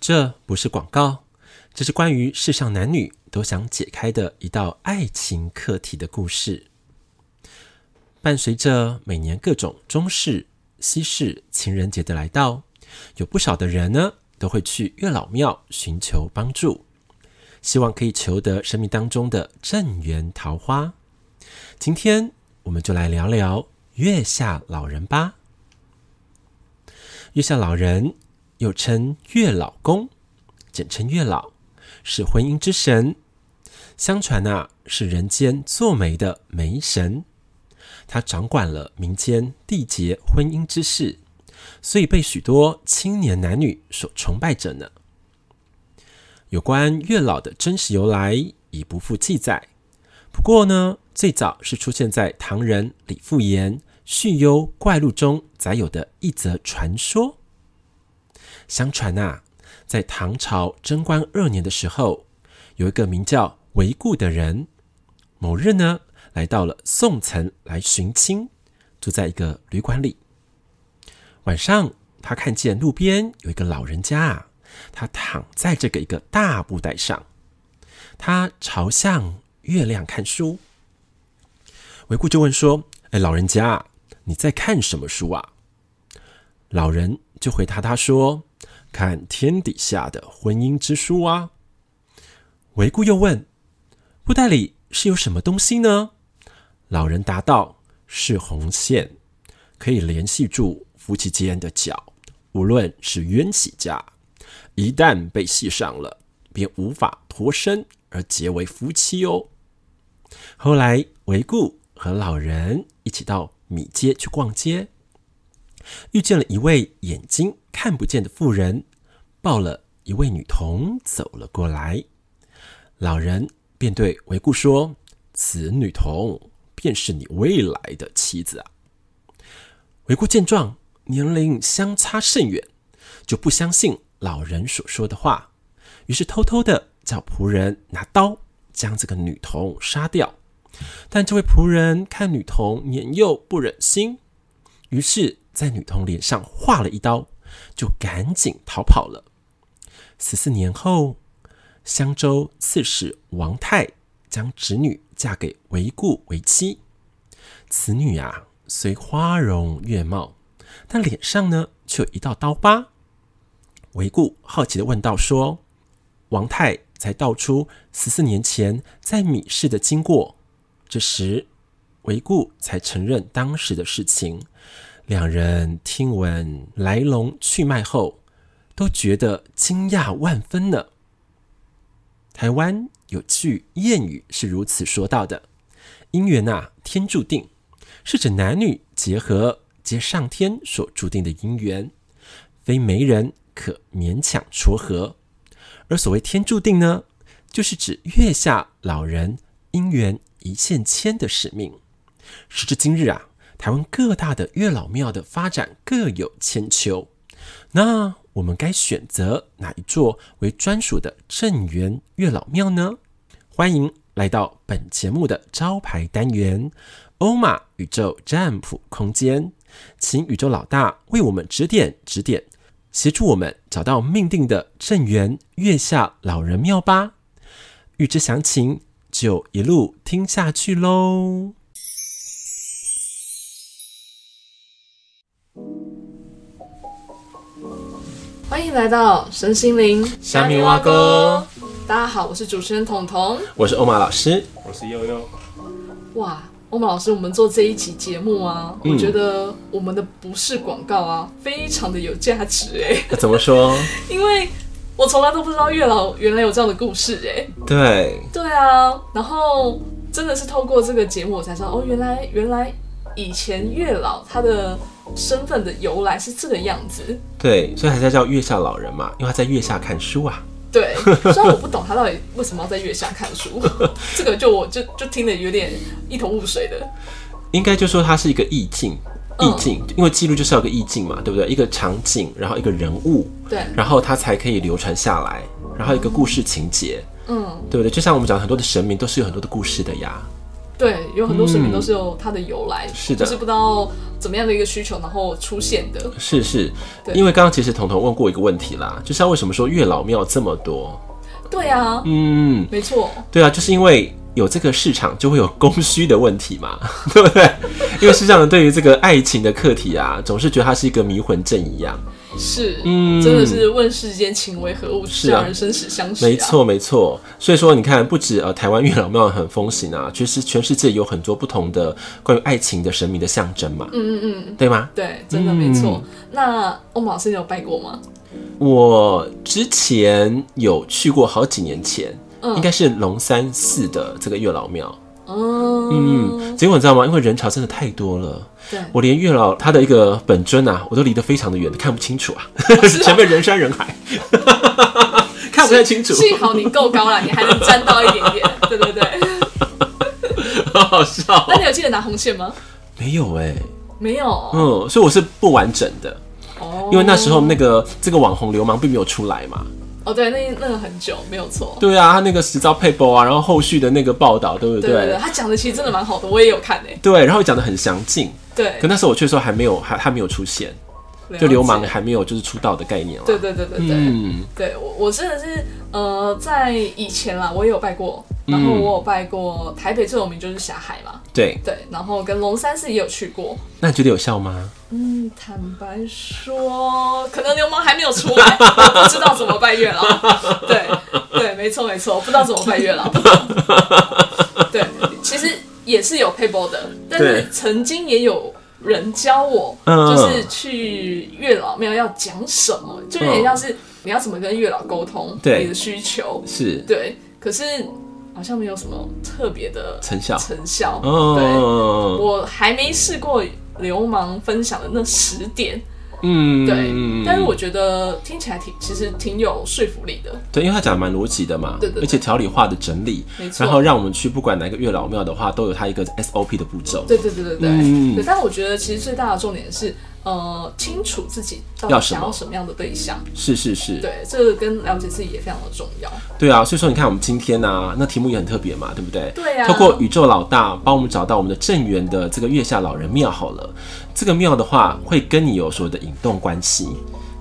这不是广告，这是关于世上男女都想解开的一道爱情课题的故事。伴随着每年各种中式、西式情人节的来到，有不少的人呢都会去月老庙寻求帮助，希望可以求得生命当中的正缘桃花。今天我们就来聊聊月下老人吧。月下老人又称月老公，简称月老，是婚姻之神。相传啊，是人间做媒的媒神，他掌管了民间缔结婚姻之事，所以被许多青年男女所崇拜着呢。有关月老的真实由来已不复记载，不过呢，最早是出现在唐人李复言《续幽怪录》中载有的一则传说。相传啊，在唐朝贞观二年的时候，有一个名叫韦固的人，某日呢来到了宋城来寻亲，住在一个旅馆里。晚上，他看见路边有一个老人家啊，他躺在这个一个大布袋上，他朝向月亮看书。维固就问说：“哎，老人家，你在看什么书啊？”老人就回答他说：“看天底下的婚姻之书啊。”维固又问：“布袋里是有什么东西呢？”老人答道：“是红线，可以联系住夫妻间的脚，无论是冤起家，一旦被系上了，便无法脱身而结为夫妻哦。”后来，维固和老人一起到米街去逛街，遇见了一位眼睛看不见的妇人，抱了一位女童走了过来。老人便对维固说：“此女童便是你未来的妻子啊。”维固见状，年龄相差甚远，就不相信老人所说的话，于是偷偷的叫仆人拿刀将这个女童杀掉。但这位仆人看女童年幼，不忍心，于是，在女童脸上划了一刀，就赶紧逃跑了。十四年后，襄州刺史王泰将侄女嫁给韦固为妻。此女啊，虽花容月貌，但脸上呢却有一道刀疤。韦固好奇的问道说：“王泰才道出十四年前在米市的经过。”这时，韦固才承认当时的事情。两人听闻来龙去脉后，都觉得惊讶万分呢。台湾有句谚语是如此说到的：“姻缘呐、天注定”，是指男女结合皆上天所注定的姻缘，非媒人可勉强撮合。而所谓天注定呢，就是指月下老人姻缘一线牵的使命。时至今日啊，台湾各大的月老庙的发展各有千秋，那我们该选择哪一座为专属的正缘月老庙呢？欢迎来到本节目的招牌单元——欧玛宇宙占卜空间，请宇宙老大为我们指点指点，协助我们找到命定的正缘月下老人庙吧。预知详情，就一路听下去喽。欢迎来到神心灵虾米挖沟，大家好，我是主持人彤彤。我是欧玛老师。我是悠悠，哇，欧玛老师，我们做这一期节目啊，嗯我觉得我们的不是广告啊，非常的有价值哎，那怎么说？ 因为我从来都不知道月老原来有这样的故事哎。对，对啊，然后真的是透过这个节目，我才知道哦，原来原来以前月老他的身份的由来是这个样子。对，所以还是要叫月下老人嘛，因为他在月下看书啊。对，虽然我不懂他到底为什么要在月下看书， 这个就我就就听得有点一头雾水的。应该就说它是一个意境，嗯意境，因为记录就是要有个意境嘛，对不对？一个场景，然后一个人物，对，然后它才可以流传下来，然后一个故事情节，嗯，对不对？就像我们讲很多的神明都是有很多的故事的呀，对，有很多神明都是有它的由来，嗯是的就是不知道怎么样的一个需求，然后出现的。是是，对因为刚刚其实彤彤问过一个问题啦，就是他为什么说月老庙这么多？对啊，嗯，没错，对啊，就是因为有这个市场，就会有供需的问题嘛， 对不对？因为市场人对于这个爱情的课题啊，总是觉得它是一个迷魂阵一样。是，嗯真的是问世间情为何物，是啊让人生死相许、啊。没，错，没错。所以说，你看，不止呃台湾月老庙很风行啊，其实全世界有很多不同的关于爱情的神明的象征嘛，嗯嗯嗯，对吗？对，真的没嗯错。那欧姆老师，你有拜过吗？我之前有去过好几年前，嗯应该是龙山寺的这个月老庙。嗯，嗯，结果你知道吗？因为人潮真的太多了，对，我连月老他的一个本尊啊，我都离得非常的远，看不清楚啊，哦前面人山人海， 看不太清楚，幸好你够高了，你还能沾到一点点。对对对， 好好笑哦、那你有记得拿红线吗？没有哎、没有，嗯，所以我是不完整的，哦，因为那时候那个这个网红流氓并没有出来嘛。哦，对，那那个很久，没有错。对啊，他那个十招配播啊，然后后续的那个报道，对不对对？对对，他讲的其实真的蛮好的，我也有看诶。对然后讲的很详尽，对可，那时候我去的时候还没有还还没有出现，了就解流氓还没有就是出道的概念了。对对对对对，嗯，对我我真的是呃，在以前啦，我也有拜过，嗯然后我有拜过台北最有名就是霞海嘛，对。对，然后跟龙山寺也有去过。那你觉得有效吗？嗯，坦白说，可能流氓还没有出 来，我不知道怎么拜月老。对对，没错没错，我不知道怎么拜 月老。对，其实也是有 paper 的，但对是曾经也有人教我，嗯就是去月老庙要讲什么，就有点像是你要怎么跟月老沟通对你的需求。是对，可是好像没有什么特别的成效。成效。对。哦，我还没试过流氓分享的那十点，嗯，对，但是我觉得听起来挺，其实挺有说服力的，对，因为他讲的蛮逻辑的嘛，对对对而且条理化的整理没，错然后让我们去不管哪个月老庙的话，都有它一个 SOP 的步骤。对对对对对，嗯对。但我觉得其实最大的重点是，呃，清楚自己到要底什么想要什么样的对象，是是是，对，这个跟了解自己也非常的重要，对啊，所以说你看我们今天呢、啊那题目也很特别嘛，对不对？对啊透过宇宙老大帮我们找到我们的正缘的这个月下老人庙好了，这个庙的话会跟你有所谓的引动关系。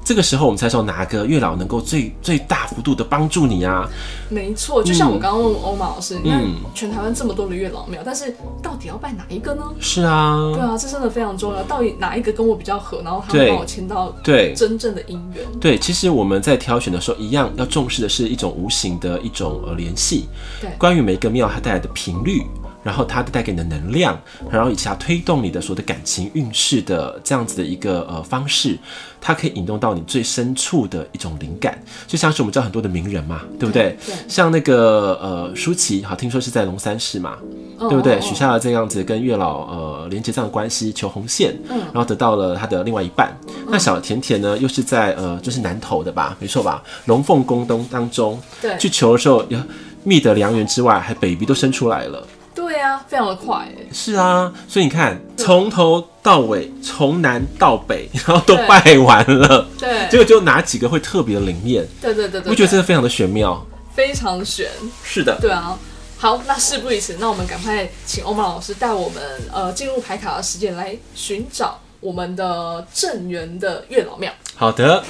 这个时候我们才说哪个月老能够最最大幅度的帮助你啊？没错。就像我刚刚问欧玛老师，你看嗯全台湾这么多的月老庙，但是到底要拜哪一个呢？是啊，对啊，这真的非常重要。到底哪一个跟我比较合，然后他对们帮我签到对真正的姻缘，对，其实我们在挑选的时候，一样要重视的是一种无形的一种呃联系，对关于每一个庙它带来的频率。然后它带给你的能量，然后以及它推动你的所有的感情运势的这样子的一个呃方式，它可以引动到你最深处的一种灵感。就像是我们知道很多的名人嘛，对不对？对对像那个呃舒淇，好，听说是在龙山寺嘛，嗯对不嗯对？嗯许下了这样子跟月老呃连接这样的关系，求红线，嗯然后得到了他的另外一半。那小甜甜呢，又是在呃就是南投的吧，没错吧？龙凤宫东当中，对去求的时候，呃觅得良缘之外，还 baby 都生出来了。对啊，非常的快、欸，是啊，所以你看，从头到尾，从南到北，然后都拜完了，对，结果就哪几个会特别的灵验？对对对对，我觉得对真的非常的玄妙。非常悬，是的，对啊。好，那事不宜迟，那我们赶快请欧曼老师带我们呃进入牌卡的时间，来寻找我们的正缘的月老庙。好的，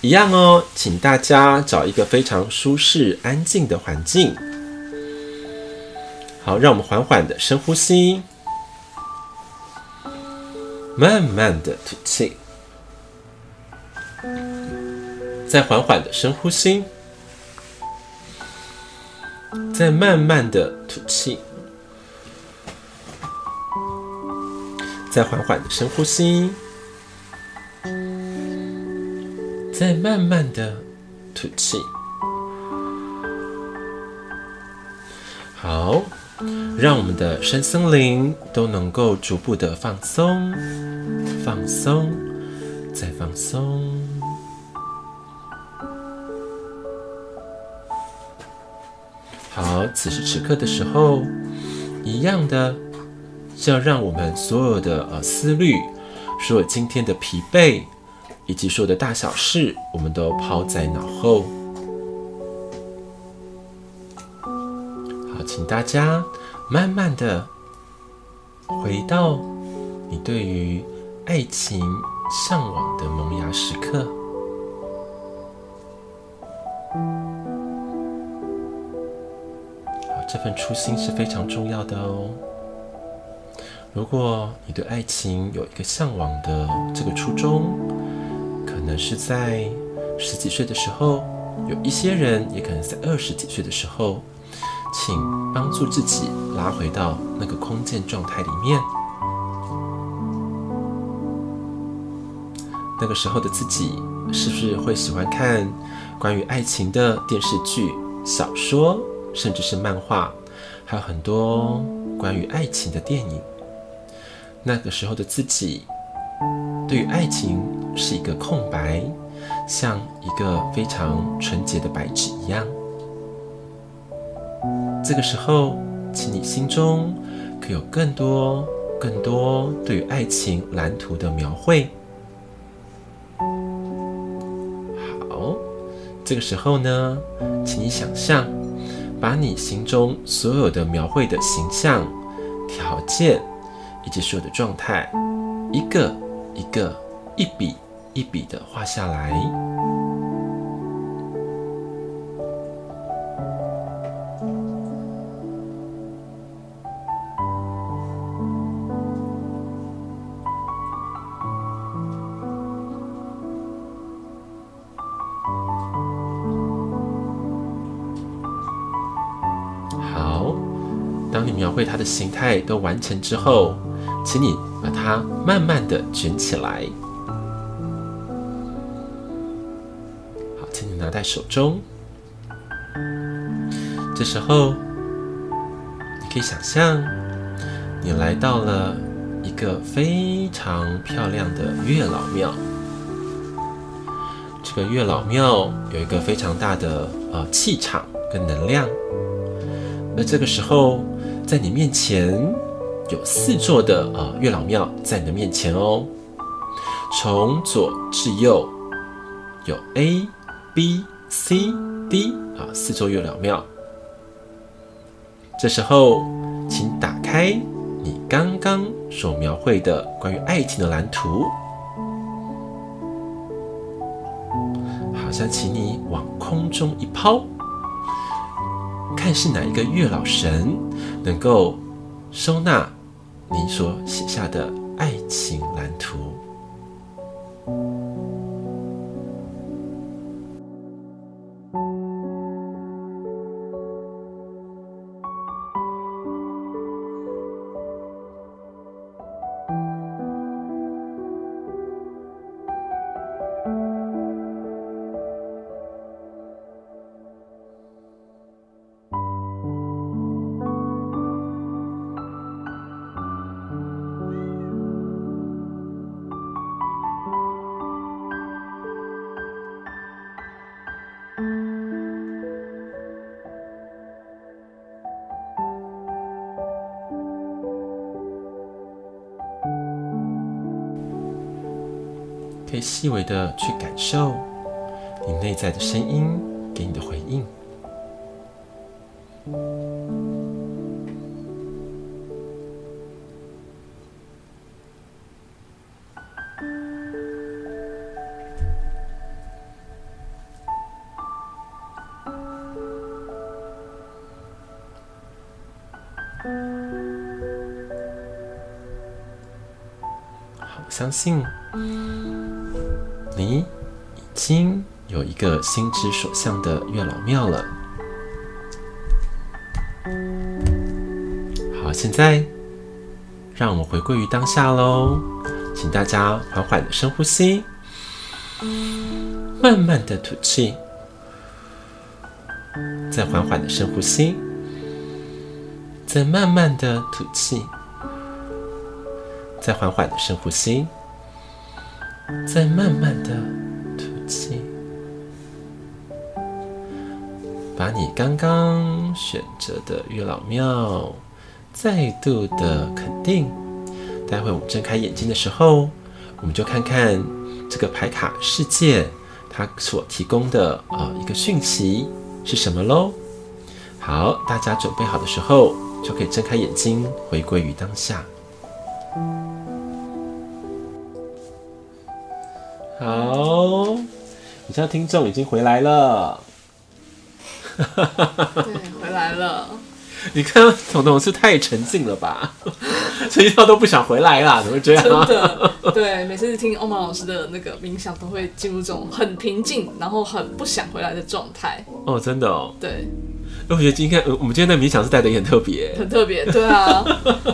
一样哦，请大家找一个非常舒适、安静的环境。好，让我们缓缓的深呼吸，慢慢的吐气，再缓缓的深呼吸，再慢慢的吐气，再缓缓的深呼吸。再慢慢的吐气。好，让我们的深森林都能够逐步的放松，放松，再放松。好，此时此刻的时候，一样的，就要让我们所有的呃思虑，所有今天的疲惫，以及所有的大小事，我们都抛在脑后。好，请大家慢慢的回到你对于爱情向往的萌芽时刻。好，这份初心是非常重要的哦。如果你对爱情有一个向往的这个初衷，可能是在十几岁的时候，有一些人也可能在二十几岁的时候，请帮助自己拉回到那个空间状态里面。那个时候的自己是不是会喜欢看关于爱情的电视剧、小说，甚至是漫画，还有很多关于爱情的电影？那个时候的自己，对于爱情是一个空白，像一个非常纯洁的白纸一样。这个时候，请你心中可有更多、更多对于爱情蓝图的描绘。好，这个时候呢，请你想象，把你心中所有的描绘的形象、条件。以及所有的状态，一个一个、一笔一笔的画下来。好，当你描绘它的形态都完成之后。请你把它慢慢的卷起来，好，请你拿在手中。这时候，你可以想象，你来到了一个非常漂亮的月老庙。这个月老庙有一个非常大的呃气场跟能量，而这个时候，在你面前。有四座的呃月老庙在你的面前哦，从左至右有 A、B、C、D 啊四座月老庙。这时候，请打开你刚刚所描绘的关于爱情的蓝图，好像请你往空中一抛，看是哪一个月老神能够收纳。你所写下的爱情蓝图。可以细微的去感受你内在的声音给你的回应。好，我相信。你已经有一个心之所向的月老庙了。好，现在让我们回归于当下喽，请大家缓缓的深呼吸，慢慢的吐气，再缓缓的深呼吸，再慢慢的吐气，再缓缓的深呼吸。再慢慢的吐气，把你刚刚选择的月老庙再度的肯定。待会我们睁开眼睛的时候，我们就看看这个牌卡世界它所提供的啊、呃、一个讯息是什么喽。好，大家准备好的时候，就可以睁开眼睛，回归于当下。好，你家听众已经回来了。对，回来了。 你看彤彤是太沉浸了吧， 所以他都不想回来啦，怎么会这样真啊？的，对，每次听欧曼老师的那个冥想，都会进入这种很平静，然后很不想回来的状态。哦，真的哦。对，哎我觉得今天呃我们今天的冥想是带的也很特别，很特别，对啊，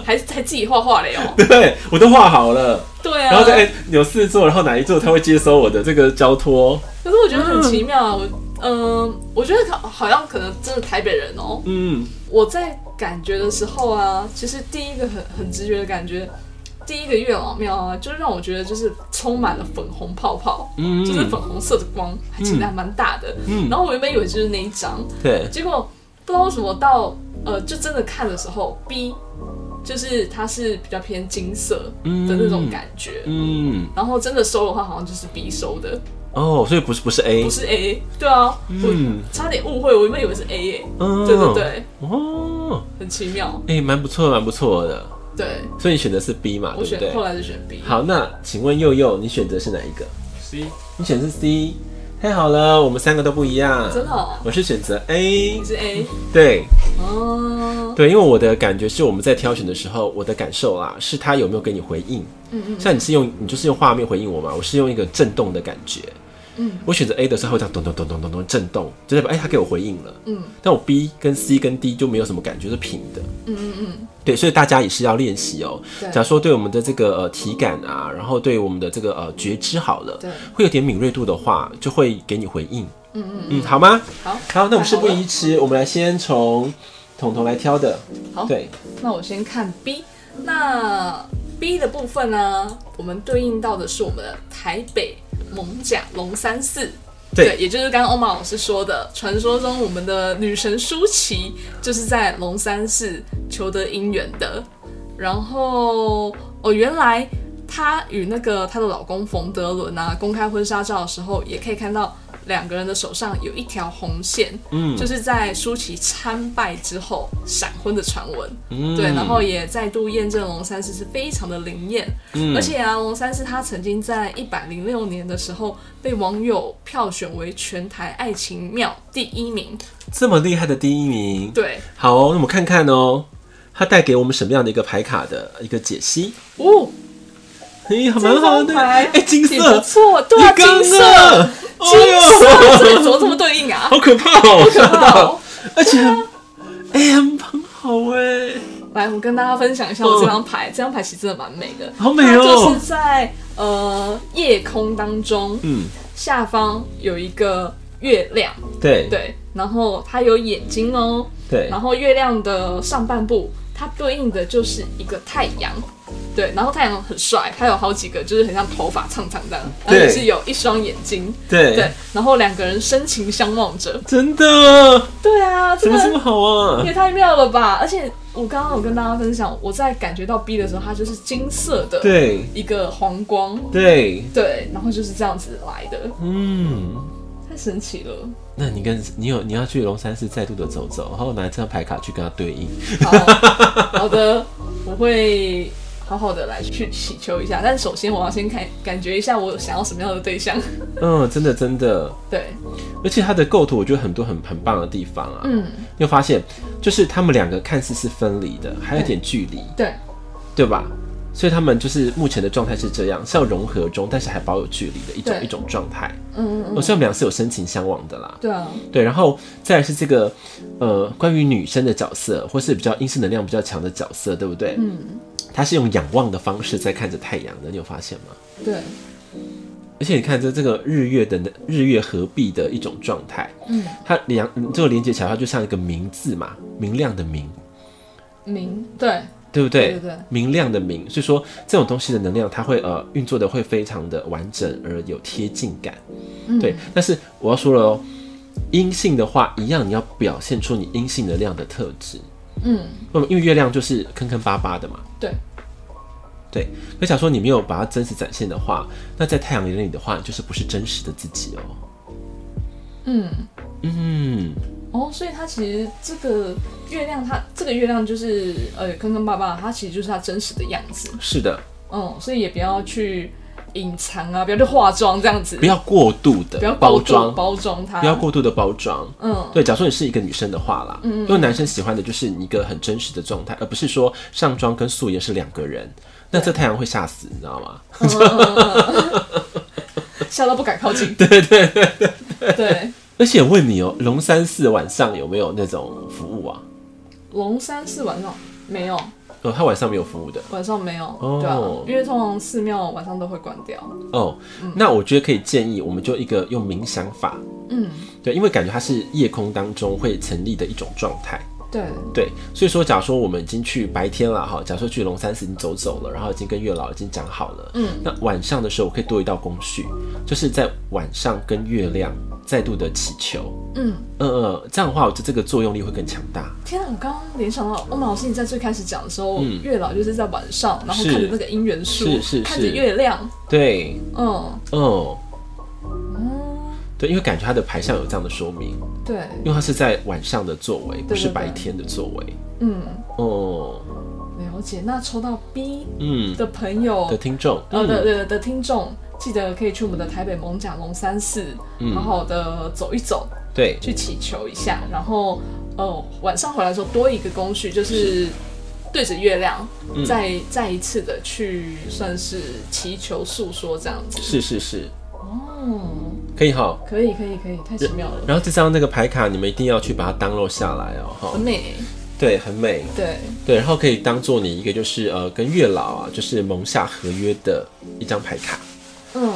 还还自己画画嘞哦。对我都画好了，对啊，然后再哎有四座，然后哪一座他会接收我的这个交托？可是我觉得很奇妙啊，我嗯、我觉得好好像可能真的台北人哦、嗯，我在感觉的时候啊，其实第一个很很直觉的感觉，第一个月老庙啊，就让我觉得就是充满了粉红泡泡，嗯就是粉红色的光，还其实还蛮大的。嗯然后我原本以为就是那一张，对，结果不知道为什么到呃，就真的看的时候，B 就是它是比较偏金色的那种感觉。嗯，然后真的收的话，好像就是 B 收的，哦，所以不是不是 A，不是 A。对啊，嗯我差点误会，我原本以为是 A 耶、嗯对对，对，哦，很奇妙。哎、蛮不错，蛮不错的。对，所以你选的是 B 嘛，我对不选对后？来就选 B。好，那请问佑佑，你选择是哪一个？ C 你选的是 C，太好了，我们三个都不一样。真的哦我是选择 A，你是 A，对哦，对，因为我的感觉是我们在挑选的时候，我的感受啦，是他有没有给你回应。嗯嗯像你是用你就是用画面回应我嘛，我是用一个震动的感觉。嗯我选择 A 的时候，这样咚咚咚咚咚咚震动，就代表哎、他给我回应了。嗯但我 B 跟 C 跟 D 就没有什么感觉，是平的。嗯嗯对，所以大家也是要练习哦对。假如说对我们的这个呃体感啊，然后对我们的这个呃觉知好了对，会有点敏锐度的话，就会给你回应。嗯嗯嗯，嗯，好吗？好，好，那我们事不宜一，迟，我们来先从彤彤来挑的。好对，那我先看 B，那 B 的部分呢，我们对应到的是我们的台北蒙甲龙三四。对也就是刚刚欧玛老师说的，传说中我们的女神舒淇就是在龙山寺求得姻缘的。然后哦，原来她与那个她的老公冯德伦啊，公开婚纱照的时候，也可以看到两个人的手上有一条红线，嗯就是在舒淇参拜之后闪婚的传闻。嗯对，然后也再度验证龙山寺是非常的灵验，嗯而且啊，龙山寺他曾经在一百零六年的时候被网友票选为全台爱情庙第一名。这么厉害的第一名，对，好哦，那我们看看哦，它带给我们什么样的一个牌卡的一个解析？哦，嘿，还蛮好这的，张牌哎、金也不色，错，对啊，你刚金色，呢金哎呦色，这怎么这么对应啊？好可怕哦，吓到，好，而且很哎、很很好哎、来，我跟大家分享一下我这张牌，这张牌其实真的蛮美的，嗯好美哦它就是在呃夜空当中，嗯，下方有一个月亮，对对，然后它有眼睛哦，对然后月亮的上半部，它对应的就是一个太阳，对，然后太阳很帅，它有好几个，就是很像头发长长的，然后对也是有一双眼睛，对对，然后两个人深情相望着，真的对啊，怎真么这么的好啊也？太妙了吧！而且我刚刚有跟大家分享，我在感觉到 B 的时候，它就是金色的，，对一个黄光，对，对，然后就是这样子来的，嗯，太神奇了。那你跟你有你要去龙山寺再度的走走，然后拿这张牌卡去跟他对应。好 好的，我会好好的来去祈求一下。但首先我要先看感觉一下我想要什么样的对象。 嗯，真的真的，对，而且它的构图我觉得很多很很棒的地方啊。嗯，你有发现，就是他们两个看似是分离的，还有一点距离，对，对吧？所以他们就是目前的状态是这样，是要融合中，但是还保有距离的一种对一种状态。嗯嗯哦，嗯，所以我们俩是有深情相往的啦。对啊，对，然后再来是这个呃，关于女生的角色，或是比较阴性能量比较强的角色，对不对？嗯，她是用仰望的方式在看着太阳的，你有发现吗？对，而且你看这这个日月的日月合璧的一种状态，嗯，它两嗯这个连接起来，它就像一个明字嘛，明亮的明，明，对，对不对？对对对明亮的明，所以说这种东西的能量，它会呃运作的会非常的完整而有贴近感。嗯，对，，但是我要说了哦，阴性的话，一样你要表现出你阴性能量的特质。嗯，那么因为月亮就是坑坑巴巴的嘛，对，对。可假如说你没有把它真实展现的话，那在太阳眼里的话，就是不是真实的自己哦。嗯。嗯，哦，所以它其实这个月亮它，这个月亮就是呃坑坑巴巴，它其实就是它真实的样子。是的，嗯，所以也不要去隐藏啊，不要去化妆这样子，不要过度的不要包过度装，包装它，不要过度的包装。嗯，对，假如说你是一个女生的话啦，因为男生喜欢的就是你一个很真实的状态，而不是说上妆跟素颜是两个人。那这太阳会吓死，你知道吗？吓到不敢 靠近。对对对对对。而且问你哦、龙山寺晚上有没有那种服务啊？龙山寺晚上没有，哦，他晚上没有服务的晚上没有，哦对啊，因为通常寺庙晚上都会关掉。哦。那我觉得可以建议，我们就一个用冥想法，嗯，对，因为感觉它是夜空当中会成立的一种状态。对，对，所以说，假如说我们已经去白天了哈，假如说去龙山寺已经走走了，然后已经跟月老已经讲好了，嗯，那晚上的时候我可以多一道工序，就是在晚上跟月亮再度的祈求，嗯，嗯嗯，这样的话，我觉得这个作用力会更强大。天啊，我刚刚联想到欧马老师你在最开始讲的时候，月老就是在晚上，然后是看着那个姻缘树嗯是是，看着是月亮，对，嗯哦、嗯，对，因为感觉它的牌上有这样的说明，对，因为它是在晚上的作为，不是对对白天的作为。嗯，哦，了解。那抽到 B 嗯，的朋友，的听众，呃的嗯，的的听众，记得可以去我们的台北蒙甲龙山寺，嗯好好的走一走，对，去祈求一下，然后呃晚上回来的时候多一个工序，就是对着月亮，嗯再再一次的去算是祈求诉说这样子。是是是，哦，可以哈。可以可以可以，太奇妙了，然后这张那个牌卡，你们一定要去把它 download 下来哦，很哈，美。对，很美，对，对，然后可以当做你一个就是呃跟月老啊，就是盟下合约的一张牌卡。嗯，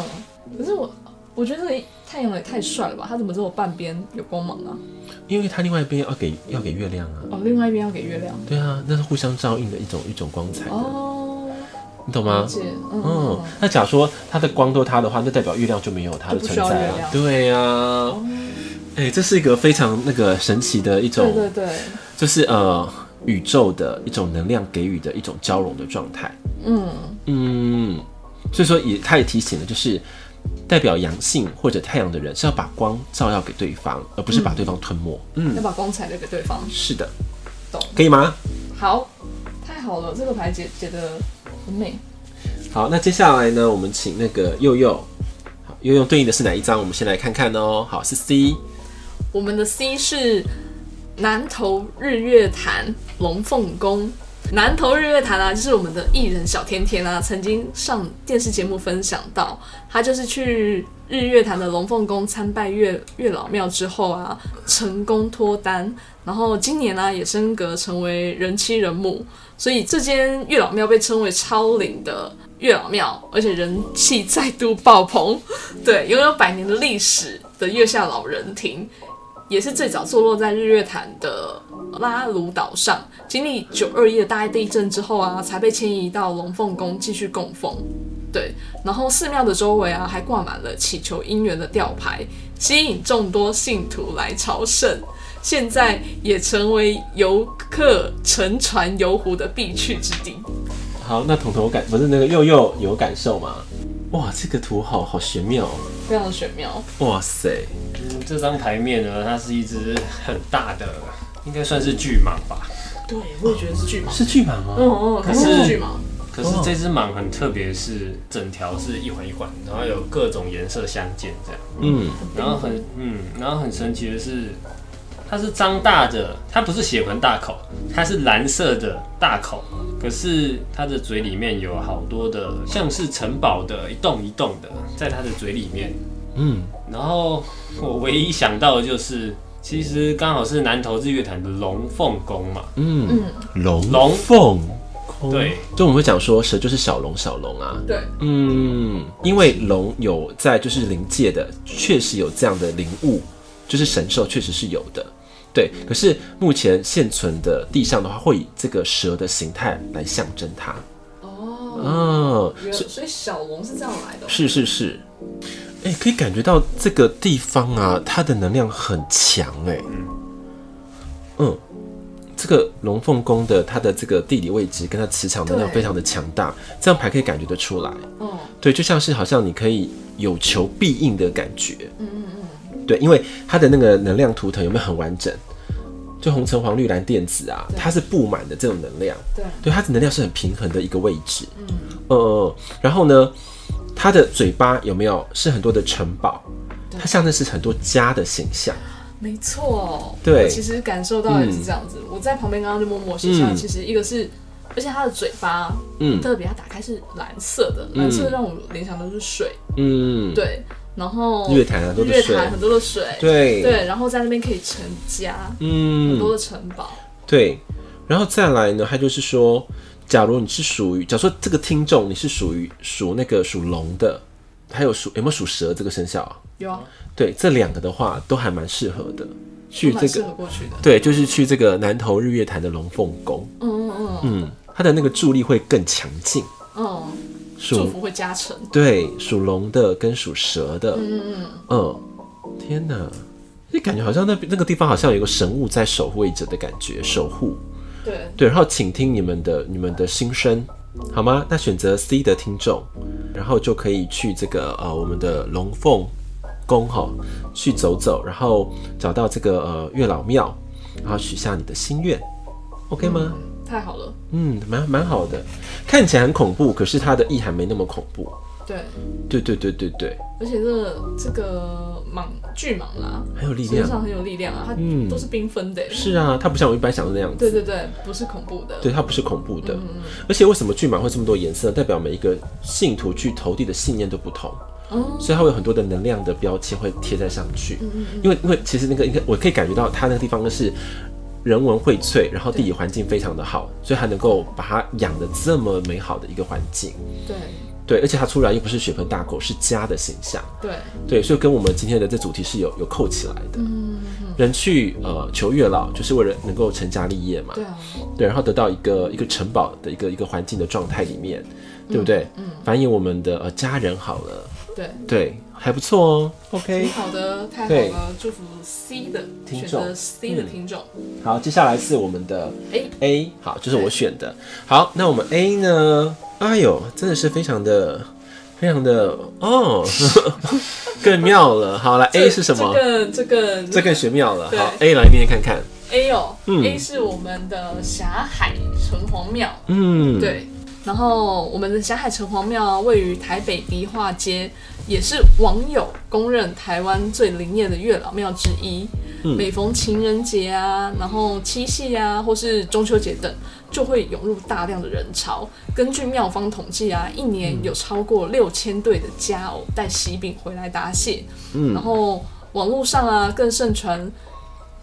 可是我我觉得这个太阳也太帅了吧，它怎么只有半边有光芒啊？因为它另外一边要给要给月亮啊，哦，另外一边要给月亮。对啊，那是互相照应的一种一种光彩的，哦，你懂了吗？解，嗯嗯，，那假如说它的光都它的话，那代表月亮就没有它的存就不需在要月啊亮。对哦啊，哎、这是一个非常那个神奇的一种，嗯对对对，就是呃宇宙的一种能量给予的一种交融的状态。嗯，嗯，所以说也他也提醒了，就是代表阳性或者太阳的人是要把光照耀给对方，而不是把对方吞没。嗯，要把光彩留给对方。是的，懂可以吗？好，太好了，这个牌解解的很美。好，那接下来呢，我们请那个佑佑，好，佑佑对应的是哪一张？我们先来看看哦。好，是 C。我们的 C 是南投日月潭龙凤宫。南投日月潭啊，就是我们的艺人小甜甜啊，曾经上电视节目分享到，她就是去日月潭的龙凤宫参拜月月老庙之后啊，成功脱单，然后今年呢、也升格成为人妻人母，所以这间月老庙被称为超龄的月老庙，而且人气再度爆棚。对，拥有百年的历史的月下老人亭，也是最早坐落在日月潭的拉鲁岛上。经历九二一的大地震之后啊，才被迁移到龙凤宫继续供奉。对，然后寺庙的周围啊，还挂满了祈求姻缘的吊牌，吸引众多信徒来朝圣。现在也成为游客乘船游湖的必去之地。好，那彤彤有感不是那个佑佑有感受吗？哇，这个图好好玄妙哦！非常玄妙，哇塞，这张牌面呢，它是一只很大的，应该算是巨蟒吧。对，我也觉得是巨蟒。是巨蟒吗？嗯嗯，可可是是巨蟒，可是这只蟒很特别，是整条是一环一环，然后有各种颜色相间这样。嗯，然后很嗯，然后很神奇的是，它是张大的，它不是血盆大口，它是蓝色的大口，可是它的嘴里面有好多的像是城堡的一栋一栋的，在它的嘴里面。嗯，然后我唯一想到的就是，其实刚好是南投日月潭的龙凤宫嘛，嗯，龙龙凤宫对，就我们会讲说蛇就是小龙，小龙啊，对，嗯，因为龙有在就是灵界的，确实有这样的灵物，就是神兽确实是有的，对。可是目前现存的地上的话，会以这个蛇的形态来象征它，嗯，哦，原所以小龙是这样来的哦、是是是，哎、可以感觉到这个地方啊，它的能量很强哎、嗯，这个龙凤宫的它的这个地理位置跟它磁场能量对非常的强大，这样牌可以感觉得出来。嗯，对，就像是好像你可以有求必应的感觉。嗯嗯嗯。对，因为它的那个能量图腾有没有很完整？就红橙黄绿蓝靛紫啊，它是布满的这种能量。对，对，它的能量是很平衡的一个位置。嗯，呃，然后呢，它的嘴巴有没有是很多的城堡？对它象征是很多家的形象。没错，对嗯我其实感受到也是这样子。我在旁边刚刚就默默欣赏，其实一个是，而且它的嘴巴嗯特别，它打开是蓝色的，蓝色让我联想到是水，嗯，对，然后日月潭很多的日月水潭很多的水，对，对，然后在那边可以成家，很多嗯，的城堡，对。然后再来呢，它就是说，假如你是属于，假如说这个听众你是属于属那个属龙的，还有属有没有属蛇这个生肖啊？有啊，对，这两个的话都还蛮适合的，去都这蛮适合个过去的，对，就是去这个南投日月潭的龙凤宫，嗯嗯嗯嗯，它的那个助力会更强劲，嗯，祝属福会加成，对属龙的跟属蛇的，嗯嗯嗯，嗯，天哪，就感觉好像那边那个地方好像有个神物在守卫着的感觉，守护。对，对，然后请听你们的你们的心声，好吗？那选择 C 的听众，然后就可以去这个呃我们的龙凤宫哈去走走，然后找到这个呃月老庙，然后许下你的心愿，OK 吗？太好了，嗯，蛮蛮好的，看起来很恐怖，可是它的意涵没那么恐怖。对，对对对对对，而且这这个蟒巨蟒啦，很有力身量。上很有力量啊，它嗯都是缤纷的，是啊，它不像我一般想的那样子对。对对，不是恐怖的，对，它不是恐怖的。嗯而且为什么巨蟒会这么多颜色？代表每一个信徒去投递的信念都不同，哦，所以它会有很多的能量的标签会贴在上去。嗯嗯嗯，因为因为其实那个应该我可以感觉到它那个地方是人文荟萃，然后地理环境非常的好，所以它能够把它养的这么美好的一个环境。对对，而且它出来又不是血盆大口，是家的形象。对，对，所以跟我们今天的这主题是有有扣起来的。嗯，人去呃求月老，就是为了能够成家立业嘛。对啊，对，然后得到一个一个城堡的一个一个环境的状态里面，对不对？嗯繁衍我们的呃家人好了，对，对，还不错哦。挺 OK，好的，太对好了，祝福 C 的听选众择 C 的嗯听众，好，接下来是我们的 A A，好，就是我选的。好，那我们 A 呢？哎呦，真的是非常的非常的哦， 更妙了。好来这，A 是什么这？个这个这更玄妙了。对好，A 来念念看看。 A 哦嗯，A 是我们的霞海城隍庙，嗯，，对。然后我们的霞海城隍庙位于台北迪化街，也是网友公认台湾最灵验的月老庙之一。嗯每逢情人节啊，然后七夕啊，或是中秋节等，就会涌入大量的人潮。根据庙方统计啊，一年有超过六千对的佳偶带喜饼回来答谢。嗯然后网络上啊更盛传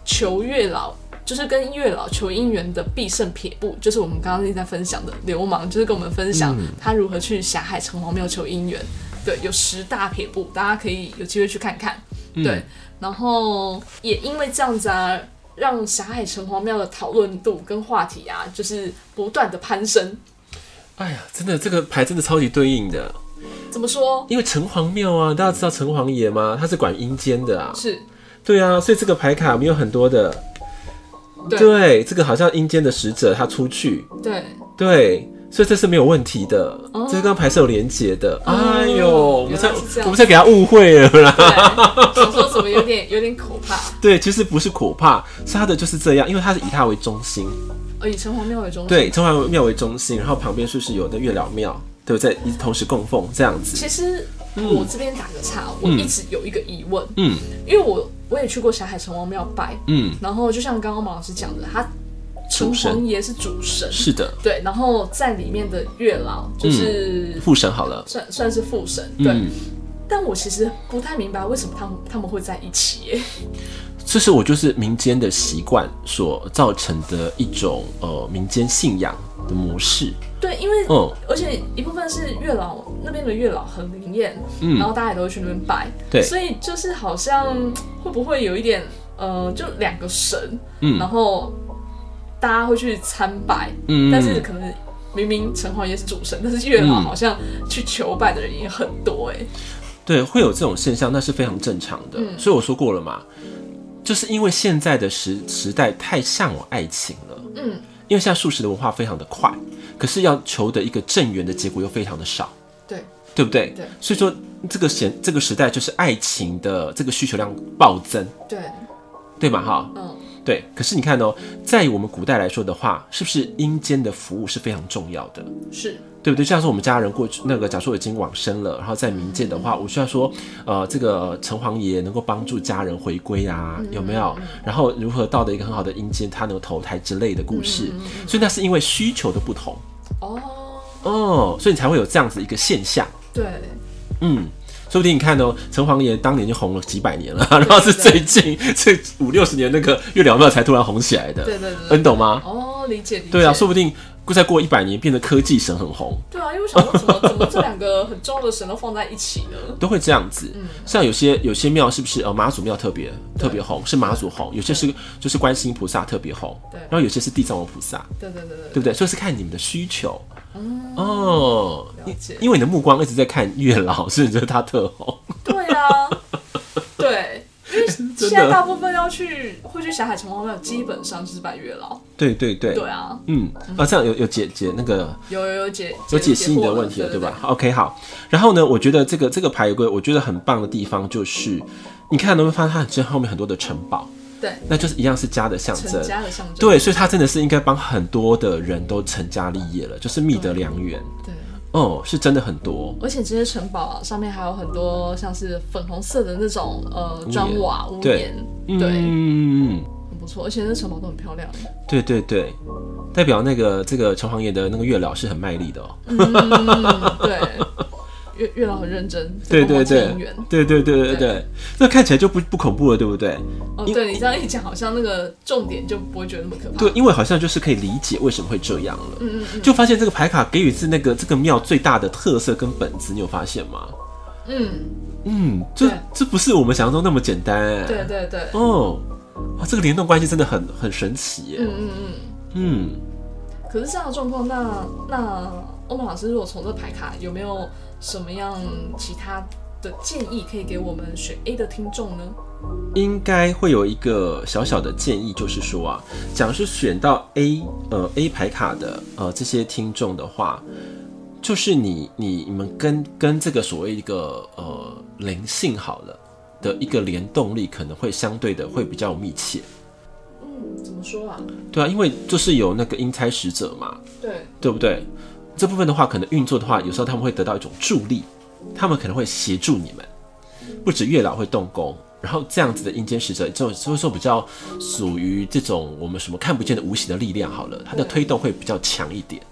求月老，就是跟月老求姻缘的必胜撇步，就是我们刚刚一直在分享的流氓，就是跟我们分享他如何去霞海城隍庙求姻缘。对，有十大撇步，大家可以有机会去看看。对，然后也因为这样子啊，让霞海城隍庙的讨论度跟话题啊，就是不断的攀升。哎呀，真的这个牌真的超级对应的，怎么说？因为城隍庙啊，大家知道城隍爷吗？他是管阴间的啊。是对啊，所以这个牌卡没有很多的。对对，这个好像阴间的使者他出去，对，对，所以这是没有问题的。这是跟牌是有连结的。哎呦，我们哦原才来是这样我们才给他误会了啦。 对，想说怎么有点有点可怕。对，其实不是可怕，是他的就是这样，因为他是以他为中心，呃，以城隍庙为中心。，对，中华庙为中心，然后旁边是不是有的月老庙，对不对？一同时供奉这样子。其实我这边打个岔，我一直有一个疑问，嗯因为我我也去过霞海城隍庙拜，嗯，然后就像刚刚马老师讲的，他城主神隍爷是主神，是的，对，然后在里面的月老就是、副神好了。算算是父神，对。嗯，但我其实不太明白为什么他们他们会在一起耶。 这是我就是民间的习惯所造成的一种呃民间信仰的模式。对，因为、嗯而且一部分是月老那边的月老很灵验，嗯然后大家也都会去那边拜，对所以就是好像会不会有一点呃，就两个神，嗯然后大家会去参拜，嗯但是可能明明城隍爷是主神，但是月老嗯好像去求拜的人也很多哎、对，会有这种现象，那是非常正常的。嗯所以我说过了嘛，就是因为现在的时时代太向往爱情了，嗯，因为现在素食的文化非常的快，可是要求的一个正缘的结果又非常的少，对对不对？对所以说这个时这个时代就是爱情的这个需求量暴增，对对嘛哈？嗯，对。可是你看哦，在我们古代来说的话，是不是阴间的服务是非常重要的？是对不对？就像是我们家人过去那个，假如说已经往生了，然后在冥界的话，我需要说，呃，这个城隍爷能够帮助家人回归嗯啊，有没有？然后如何到的一个很好的阴间，他能够投胎之类的故事，所以那是因为需求的不同哦，哦，所以你才会有这样子一个现象，对，嗯。说不定你看哦，城隍爷当年就红了几百年了，然后是 最近这五六十年那个月亮庙才突然红起来的，对对对对你懂吗？哦，理解理解。对啊，说不定再过一百年变得科技神很红，对啊，因为我想说怎么怎么这两个很重要的神都放在一起呢？都会这样子。像有些有些庙是不是呃妈祖庙特别特别红，是妈祖红；有些是就是观世音菩萨特别红，对然后有些是地藏王菩萨， 对对对对对不对？所以是看你们的需求。哦，了因解因为你的目光一直在看月老，所以你觉得他特红。 对啊，对，因为现在的大部分要去会去霞海城隍庙，基本上就是拜月老。对对对，对啊，嗯，啊，这样有有解解那个有有有解有解析你的问题了，对吧？？OK，好。然后呢，我觉得这个这个牌龟，我觉得很棒的地方就是，你看能不能发现它这后面很多的城堡，对，那就是一样是家的象成征。家的象征。对，所以他真的是应该帮很多的人都成家立业了，就是觅得良缘。对，哦，是真的很多。而且这些城堡啊，上面还有很多像是粉红色的那种呃屋砖檐瓦屋对檐，对，嗯，很不错。而且那城堡都很漂亮。欸对对对，代表那个这个城隍爷的那个月老是很卖力的哦。嗯， 对，月月老很认真，对在帮对忙对牵姻缘，对对对对对，那看起来就不不恐怖了，对不对？哦，因对你这样一讲，好像那个重点就不会觉得那么可怕。对，因为好像就是可以理解为什么会这样了。嗯，嗯嗯就发现这个牌卡给予是那个这个庙最大的特色跟本质，你有发现吗？嗯，嗯，这对这不是我们想象中那么简单哎。对对对，哦，哇，这个联动关系真的很很神奇耶。嗯嗯嗯。嗯，可是这样的状况，那那欧盟老师，如果从这牌卡有没有什么样其他的建议可以给我们选 A 的听众呢？应该会有一个小小的建议，就是说啊，讲是选到 A 呃 A 牌卡的呃这些听众的话，就是你你你们跟跟这个所谓一个呃灵性好了的一个联动力，可能会相对的会比较密切。嗯，怎么说啊？对啊，因为就是有那个阴差使者嘛，对，对不对？这部分的话，可能运作的话，有时候他们会得到一种助力，他们可能会协助你们。不止月老会动工，然后这样子的阴间使者，这种所以说比较属于这种我们什么看不见的无形的力量好了，它的推动会比较强一点。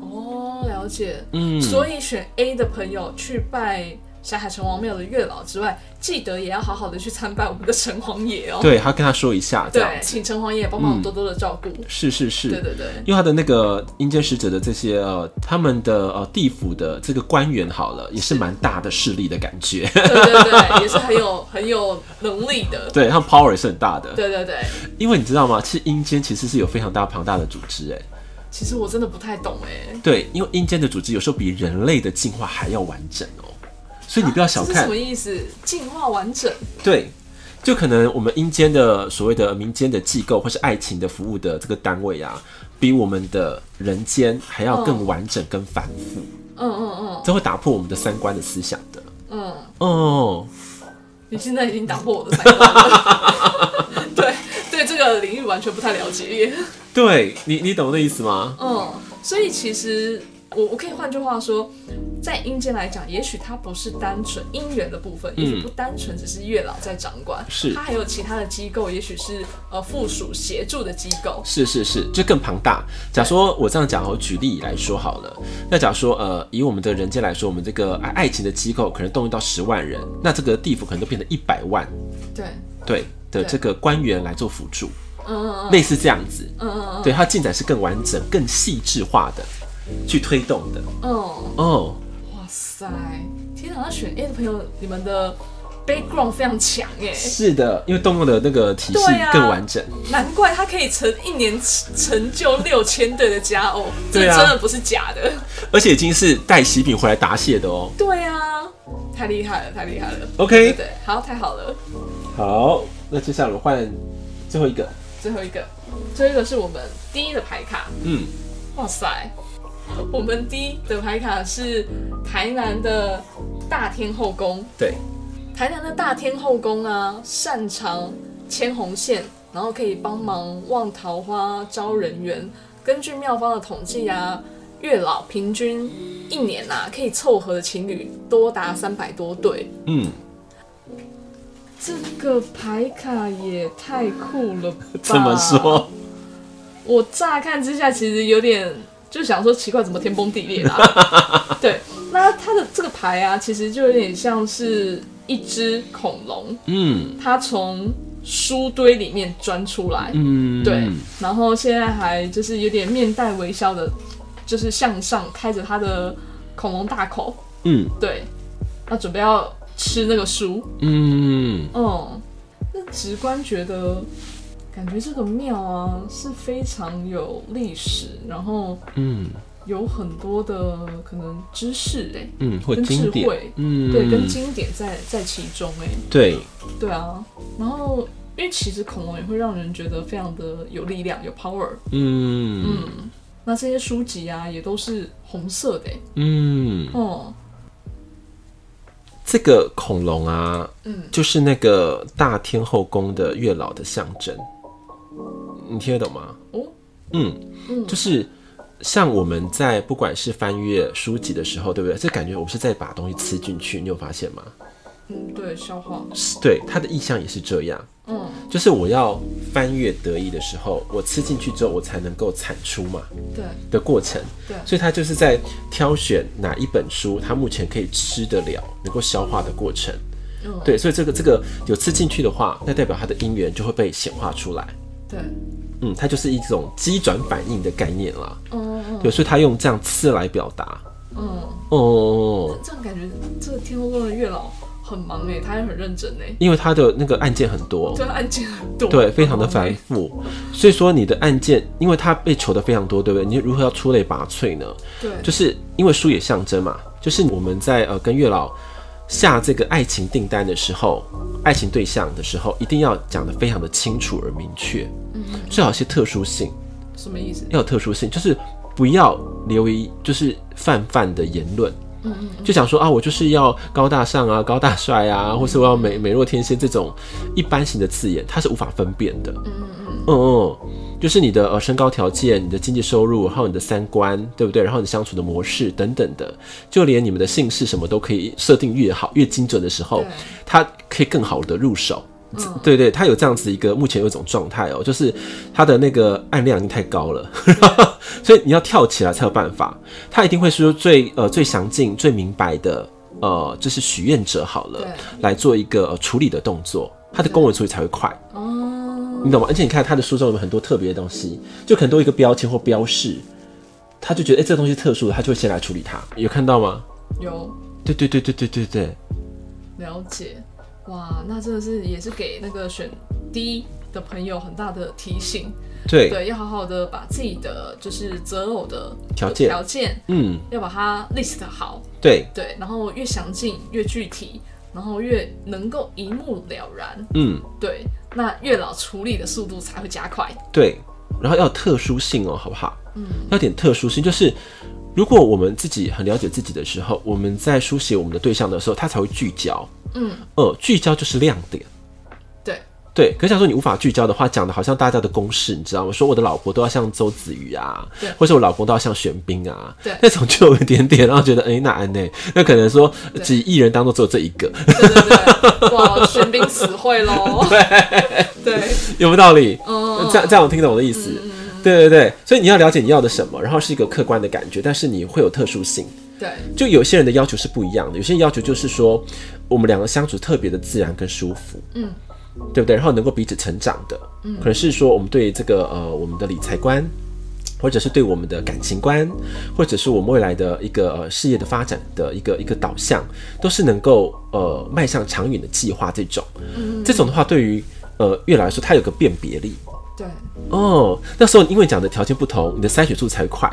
哦，了解。嗯，所以选 A 的朋友去拜霞海城隍庙的月老之外，记得也要好好的去参拜我们的城隍爷哦。对，他跟他说一下，这样对，请城隍爷帮忙多多的照顾。是是是，对对对，因为他的那个阴间使者的这些呃，他们的呃地府的这个官员好了，也是蛮大的势力的感觉，对对对，也是很有很有能力的。 对，他们 power 也是很大的。对对对，因为你知道吗？其实阴间其实是有非常大庞大的组织，哎，其实我真的不太懂哎，对，因为阴间的组织有时候比人类的进化还要完整哦，所以你不要小啊这是什看，么意思？进化完整对，就可能我们阴间的所谓的民间的机构或是爱情的服务的这个单位啊，比我们的人间还要更完整、跟繁复，嗯嗯这会打破我们的三观的思想的。嗯嗯，哦，你现在已经打破我的三观了。对对，这个领域完全不太了解。对你，你懂那意思吗？嗯，所以其实我我可以换句话说，在阴间来讲，也许它不是单纯姻缘的部分，也许不单纯只是月老在掌管，嗯是它还有其他的机构，也许是呃附属协助的机构。是是是，就更庞大。假说呃我这样讲，我举例来说好了。那假说呃，以我们的人间来说，我们这个爱爱情的机构可能动用到十万人，那这个地府可能都变成一百万对，对的对这个官员来做辅助，嗯嗯类似这样子。嗯嗯嗯对，它进展是更完整、更细致化的去推动的。嗯，哦，哇塞，天哪！那选 A 的朋友，你们的 background 非常强哎，是的，因为动用的那个体系对啊更完整。难怪他可以成一年成就六千对的佳 偶，这对啊真的不是假的。而且已经是带喜饼回来答谢的哦。对啊，太厉害了，太厉害了。 OK 对对对，好，太好了。啊好，那接下来我换最后一个。最后一个，最后一个是我们第一的牌卡。嗯，哇塞，我们第一的牌卡是台南的大天后宫。对，台南的大天后宫啊，擅长牵红线，然后可以帮忙旺桃花、招人缘。根据妙方的统计啊，月老平均一年啊可以凑合的情侣多达三百多对。嗯，这个牌卡也太酷了吧！这么说，我乍看之下其实有点就想说奇怪，怎么天崩地裂啦？对，那它的这个牌啊，其实就有点像是一只恐龙，嗯它从书堆里面钻出来，嗯，对，然后现在还就是有点面带微笑的，就是向上开着它的恐龙大口，嗯对，那准备要吃那个书，嗯，嗯，那直观觉得，感觉这个庙啊是非常有历史，然后嗯有很多的可能知识哎、嗯，或跟经智典慧，嗯，对，跟经典在在其中哎、对，对啊，然后因为其实恐龙也会让人觉得非常的有力量，有 power，嗯嗯，那这些书籍啊也都是红色的、欸，嗯，哦、这个恐龙啊，嗯就是那个大天后宫的月老的象征，你听得懂吗？哦，嗯，嗯就是像我们在不管是翻阅书籍的时候，对不对？这感觉我们是在把东西吃进去，你有发现吗？嗯，对，消化，是对，它的意象也是这样，嗯就是我要翻阅得意的时候，我吃进去之后，我才能够产出嘛对的过程。对，所以他就是在挑选哪一本书，他目前可以吃得了、能够消化的过程。嗯对，所以这个这个有吃进去的话，那代表它的因缘就会被显化出来。对，嗯，它就是一种机转反应的概念啦。嗯嗯对，所以他用这样刺来表达。嗯。哦，这样感觉，这个天后宫的月老很忙哎、他也很认真哎、因为他的那个案件很多对，，案件很多，对，非常的烦繁。复，所以说你的案件，因为他被求的非常多，对不对？你如何要出类拔萃呢？对，就是因为书也象征嘛，就是我们在呃跟月老下这个爱情订单的时候，爱情对象的时候，一定要讲的非常的清楚而明确，最好一些特殊性，什么意思？要有特殊性，就是不要留意就是泛泛的言论。就想说啊，我就是要高大上啊，高大帅啊，或是我要美美若天仙这种一般型的字眼，它是无法分辨的。嗯嗯嗯，就是你的呃身高条件、你的经济收入，还有你的三观，对不对？然后你相处的模式等等的，就连你们的姓氏什么都可以设定越好、越精准的时候对，它可以更好的入手。对对，它有这样子一个目前有一种状态哦，就是它的那个按量已经太高了， 所以你要跳起来才有办法。他一定会说最呃最详尽、最明白的呃，就是许愿者好了对，来做一个、呃处理的动作，他的公文处理才会快，哦，你懂吗？而且你看他的书中有很多特别的东西，就可能都有一个标签或标示，他就觉得哎、诶这个东西特殊的，他就会先来处理它。有看到吗？有对对对对对对对，了解，哇，那真的是也是给那个选 D 的朋友很大的提醒，对对，要好好的把自己的就是择偶的条件条件嗯，要把它 list 好，对，对，然后越详尽越具体，然后越能够一目了然，嗯，对，那月老处理的速度才会加快，对，然后要有特殊性哦，好不好？嗯，要点特殊性，就是如果我们自己很了解自己的时候，我们在书写我们的对象的时候，他才会聚焦。嗯，呃，聚焦就是亮点。对，对，可是想说你无法聚焦的话，讲的好像大家的公式，你知道吗？说我的老婆都要像周子瑜啊对，或者我老公都要像玄彬啊，对那种就有一点点，然后觉得哎、那安内，那可能说对几亿人当中只有这一个，对对 对，哇，玄彬死会 喽，对， 有没有道理？嗯这样这样我听懂我的意思。对对对，所以你要了解你要的什么，然后是一个客观的感觉，但是你会有特殊性。对，就有些人的要求是不一样的，有些人要求就是说，我们两个相处特别的自然跟舒服，嗯，对不对？然后能够彼此成长的，嗯，可能是说我们对这个呃我们的理财观，或者是对我们的感情观，或者是我们未来的一个呃事业的发展的一个一个导向，都是能够呃迈向长远的计划这种，这种的话对于呃月老来说，它有个辨别力，对，哦，那时候因为讲的条件不同，你的筛选速度才快，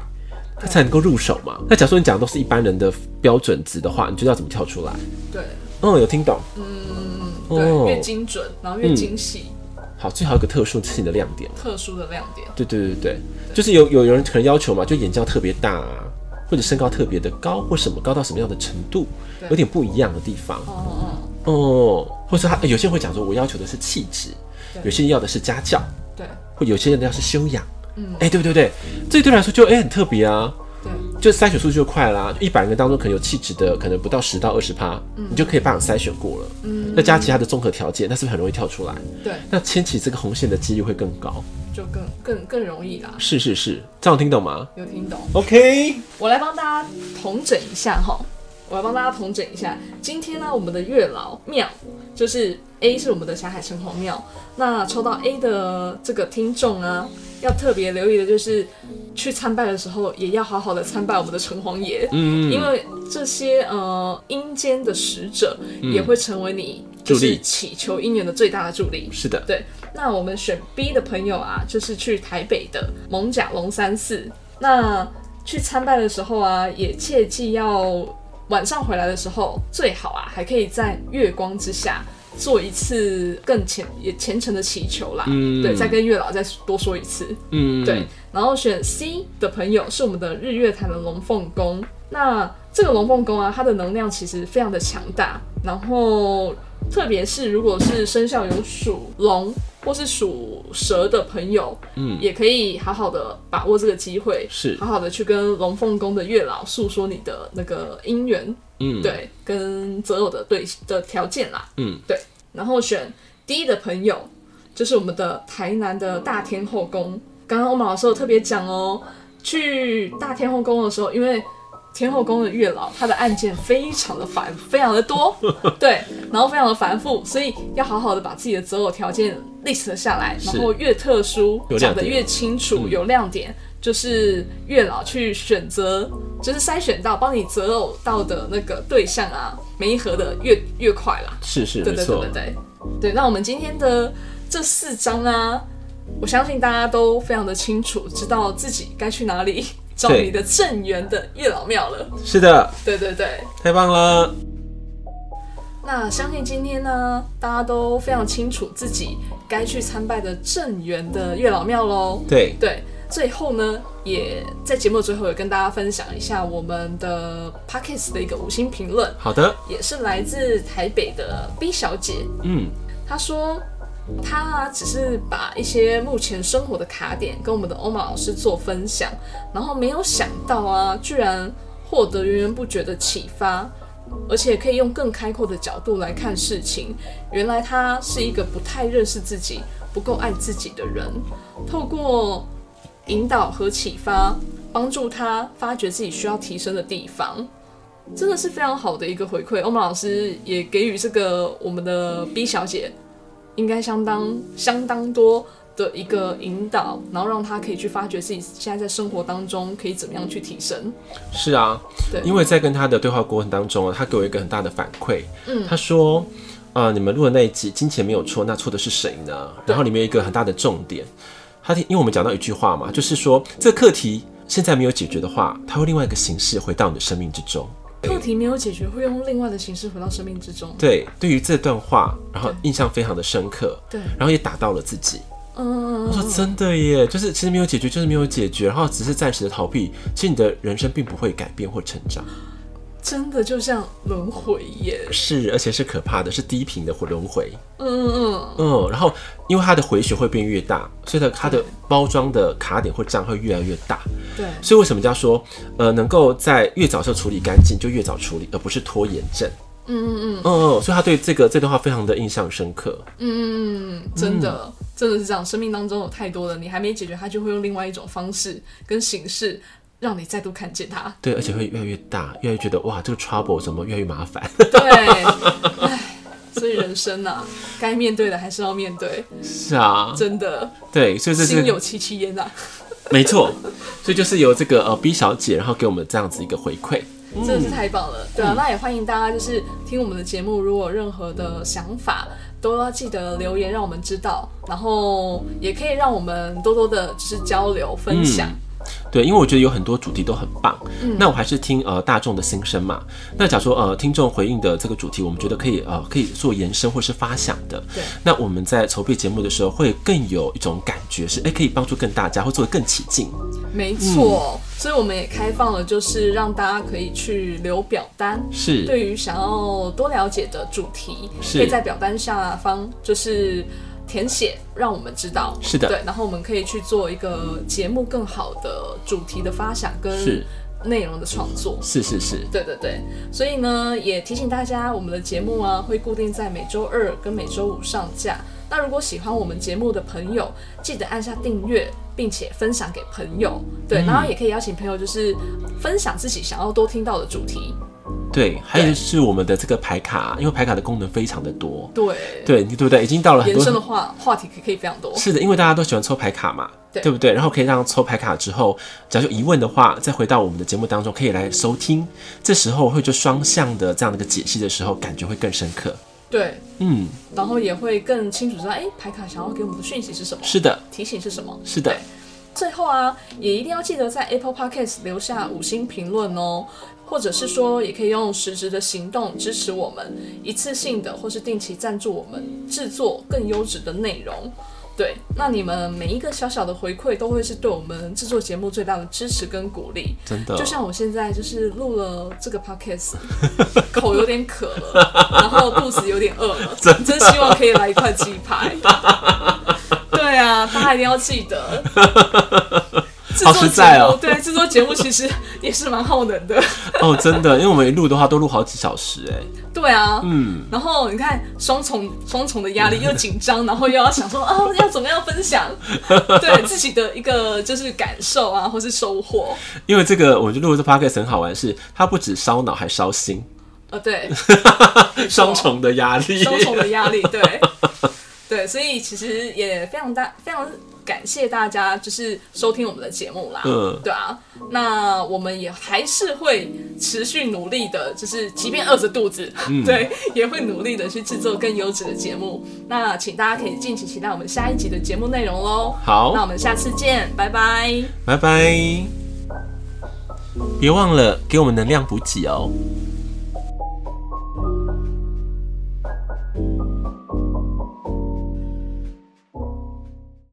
它才能够入手嘛。那假如说你讲的都是一般人的标准值的话，你就要怎么跳出来？对，嗯，有听懂。哦嗯嗯对，越精准，然后越精细，好，最好有个特殊性的亮点。特殊的亮点，对对对对对，就是有有有人可能要求嘛，就眼睛要特别大啊，或者身高特别的高，或什么高到什么样的程度，对有点不一样的地方。哦哦，哎哦，或者他有些人会讲说，我要求的是气质，对有些人要的是家教，对或有些人要是修养，嗯哎、对不对对？这对来说就哎、很特别啊，对就筛选速度就快啦，一百个人当中可能有气质的，可能不到十到二十趴，你就可以帮我筛选过了。嗯再加其他的综合条件，那是不是很容易跳出来？对，那牵起这个红线的几率会更高。就更更更容易啦。是是是，这样听懂吗有听懂？ ？OK，我来帮大家统整一下哈，我来帮大家统整一下。今天呢，我们的月老庙就是 A 是我们的霞海城隍庙，那抽到 A 的这个听众呢，要特别留意的就是去参拜的时候，也要好好的参拜我们的城隍爷，嗯，因为这些呃阴间的使者也会成为你嗯就助是力祈求姻缘的最大的助力。是的，对，那我们选 B 的朋友啊，就是去台北的蒙甲龙山寺。那去参拜的时候啊，也切记要晚上回来的时候，最好啊还可以在月光之下做一次更虔也虔诚的祈求啦。嗯对，再跟月老再多说一次。嗯，对，，然后选 C 的朋友是我们的日月潭的龙凤宫。那这个龙凤宫啊，它的能量其实非常的强大，然后特别是如果是生肖有属龙或是属蛇的朋友，嗯也可以好好的把握这个机会，是好好的去跟龙凤宫的月老诉说你的那个姻缘，嗯，，对，跟择偶的对的条件啦。嗯，对。然后选 D 的朋友，就是我们的台南的大天后宫。刚刚欧马老师有特别讲哦，去大天后宫的时候，因为天后宫的月老他的案件非常的繁，非常 的多，对，然后非常的繁复，所以要好好的把自己的择偶条件 list 下来，是然后越特殊有亮点讲的越清楚，嗯有亮点。就是月老去选择，就是筛选到帮你择偶到的那个对象啊，每一盒的越越快啦。是是对没对对错对，对对。那我们今天的这四张啊，我相信大家都非常的清楚，知道自己该去 哪里找对你的正缘的月老庙了。是的，对对对。太棒了，那相信今天呢，大家都非常清楚自己该去参拜的正缘的月老庙喽。对，对，最后呢，也在节目的最后也跟大家分享一下我们的 p o c k e t 的一个五星评论，好的，也是来自台北的 B 小姐，嗯，她说。她啊只是把一些目前生活的卡点跟我们的欧玛老师做分享，然后没有想到啊，居然获得源源不绝的启发，而且可以用更开阔的角度来看事情。原来她是一个不太认识自己、不够爱自己的人，透过引导和启发，帮助他发掘自己需要提升的地方，真的是非常好的一个回馈。欧曼老师也给予这个我们的 B 小姐，应该相当相当多的一个引导，然后让她可以去发掘自己现在在生活当中可以怎么样去提升。是啊，对因为在跟他的对话过程当中啊，他给我一个很大的反馈，嗯，他说。啊，你们录的那一集金钱没有错，那错的是谁呢？然后里面有一个很大的重点，他听，因为我们讲到一句话嘛，就是说这个课题现在没有解决的话，它会另外一个形式回到你的生命之中。课题没有解决，会用另外的形式回到生命之中。对，对于这段话，然后印象非常的深刻，对然后也打到了自己。嗯我，说真的耶，就是其实没有解决，就是没有解决，然后只是暂时的逃避，其实你的人生并不会改变或成长，真的就像轮回耶。是，而且是可怕的，是低频的轮回。嗯嗯嗯，然后因为它的回旋会变越大，所以它它的对包装的卡点或障会越来越大。嗯，对，所以为什么人家说，呃，能够在越早就处理干净，就越早处理，而不是拖延症。嗯嗯嗯嗯嗯，所以他对这个这段话非常的印象深刻。嗯嗯嗯，真的。真的是这样，生命当中有太多了，你还没解决，它就会用另外一种方式跟形式，让你再度看见它。对，而且会越来越大，越来越觉得哇，这个 trouble 怎么越来越麻烦？ 对，唉，所以人生呐、该面对的还是要面对，是啊，真的，对，所以这心是有戚戚焉呐、啊没错，所以就是由这个呃 B 小姐，然后给我们这样子一个回馈。真的是太棒了。嗯对啊，那也欢迎大家就是听我们的节目，如果有任何的想法，都要记得留言让我们知道，然后也可以让我们多多的就是交流分享。嗯对，因为我觉得有很多主题都很棒，嗯那我还是听呃大众的心声嘛。那假如说呃听众回应的这个主题，我们觉得可以呃可以做延伸或是发想的，对那我们在筹备节目的时候会更有一种感觉是，哎、可以帮助更大家，会做得更起劲。没嗯错，所以我们也开放了，就是让大家可以去留表单，是，对于想要多了解的主题，是可以在表单下方就是填写，让我们知道。是的对，然后我们可以去做一个节目更好的主题的发想跟是内容的创作。是是是，对对对，所以呢，也提醒大家，我们的节目啊会固定在每周二跟每周五上架。那如果喜欢我们节目的朋友，记得按下订阅，并且分享给朋友。嗯对，然后也可以邀请朋友，就是分享自己想要多听到的主题。对。还有对就是我们的这个牌卡，啊因为牌卡的功能非常的多，对，对对不对？已经到了很延伸的多。话话题可以可以非常多。是的，因为大家都喜欢抽牌卡嘛，对不对？然后可以让抽牌卡之后，假如有疑问的话，再回到我们的节目当中，可以来收听。这时候会就双向的这样的一个解析的时候，感觉会更深刻。对，嗯，然后也会更清楚知道，哎，牌卡想要给我们的讯息是什么，是的，提醒是什么。是的，最后啊，也一定要记得在 Apple Podcast 留下五星评论哦，或者是说，也可以用实质的行动支持我们，一次性的或是定期赞助我们制作更优质的内容。对，那你们每一个小小的回馈都会是对我们制作节目最大的支持跟鼓励。真的。就像我现在就是录了这个 podcast，口有点渴了， 然后肚子有点饿 了，真希望可以来一块鸡排。对啊，大家一定要记 得。制好作实节在目、哦对制作节目其实也是蛮耗能的。 哦，真的，因为我们一录的话都录好几小时哎、对啊，嗯，然后你看双重双重的压力，又紧张，然后又要想说啊要怎么样分 享，对自己的一个就是感受啊，或是收获。因为这个我觉得录这 podcast 很好玩，是它不止烧脑，还烧心，呃， 对，双重的压力。双重的压力， 对，对，所以其实也非常大，非常感谢大家就是收听我们的节目啦，嗯对啊，那我们也还是会持续努力的，就是即便饿着肚子，嗯对，也会努力的去制作更优质的节目。那请大家可以敬请期待我们下一集的节目内容喽。那我好，们下次见，拜拜。拜拜。别忘了给我们能量补给哦。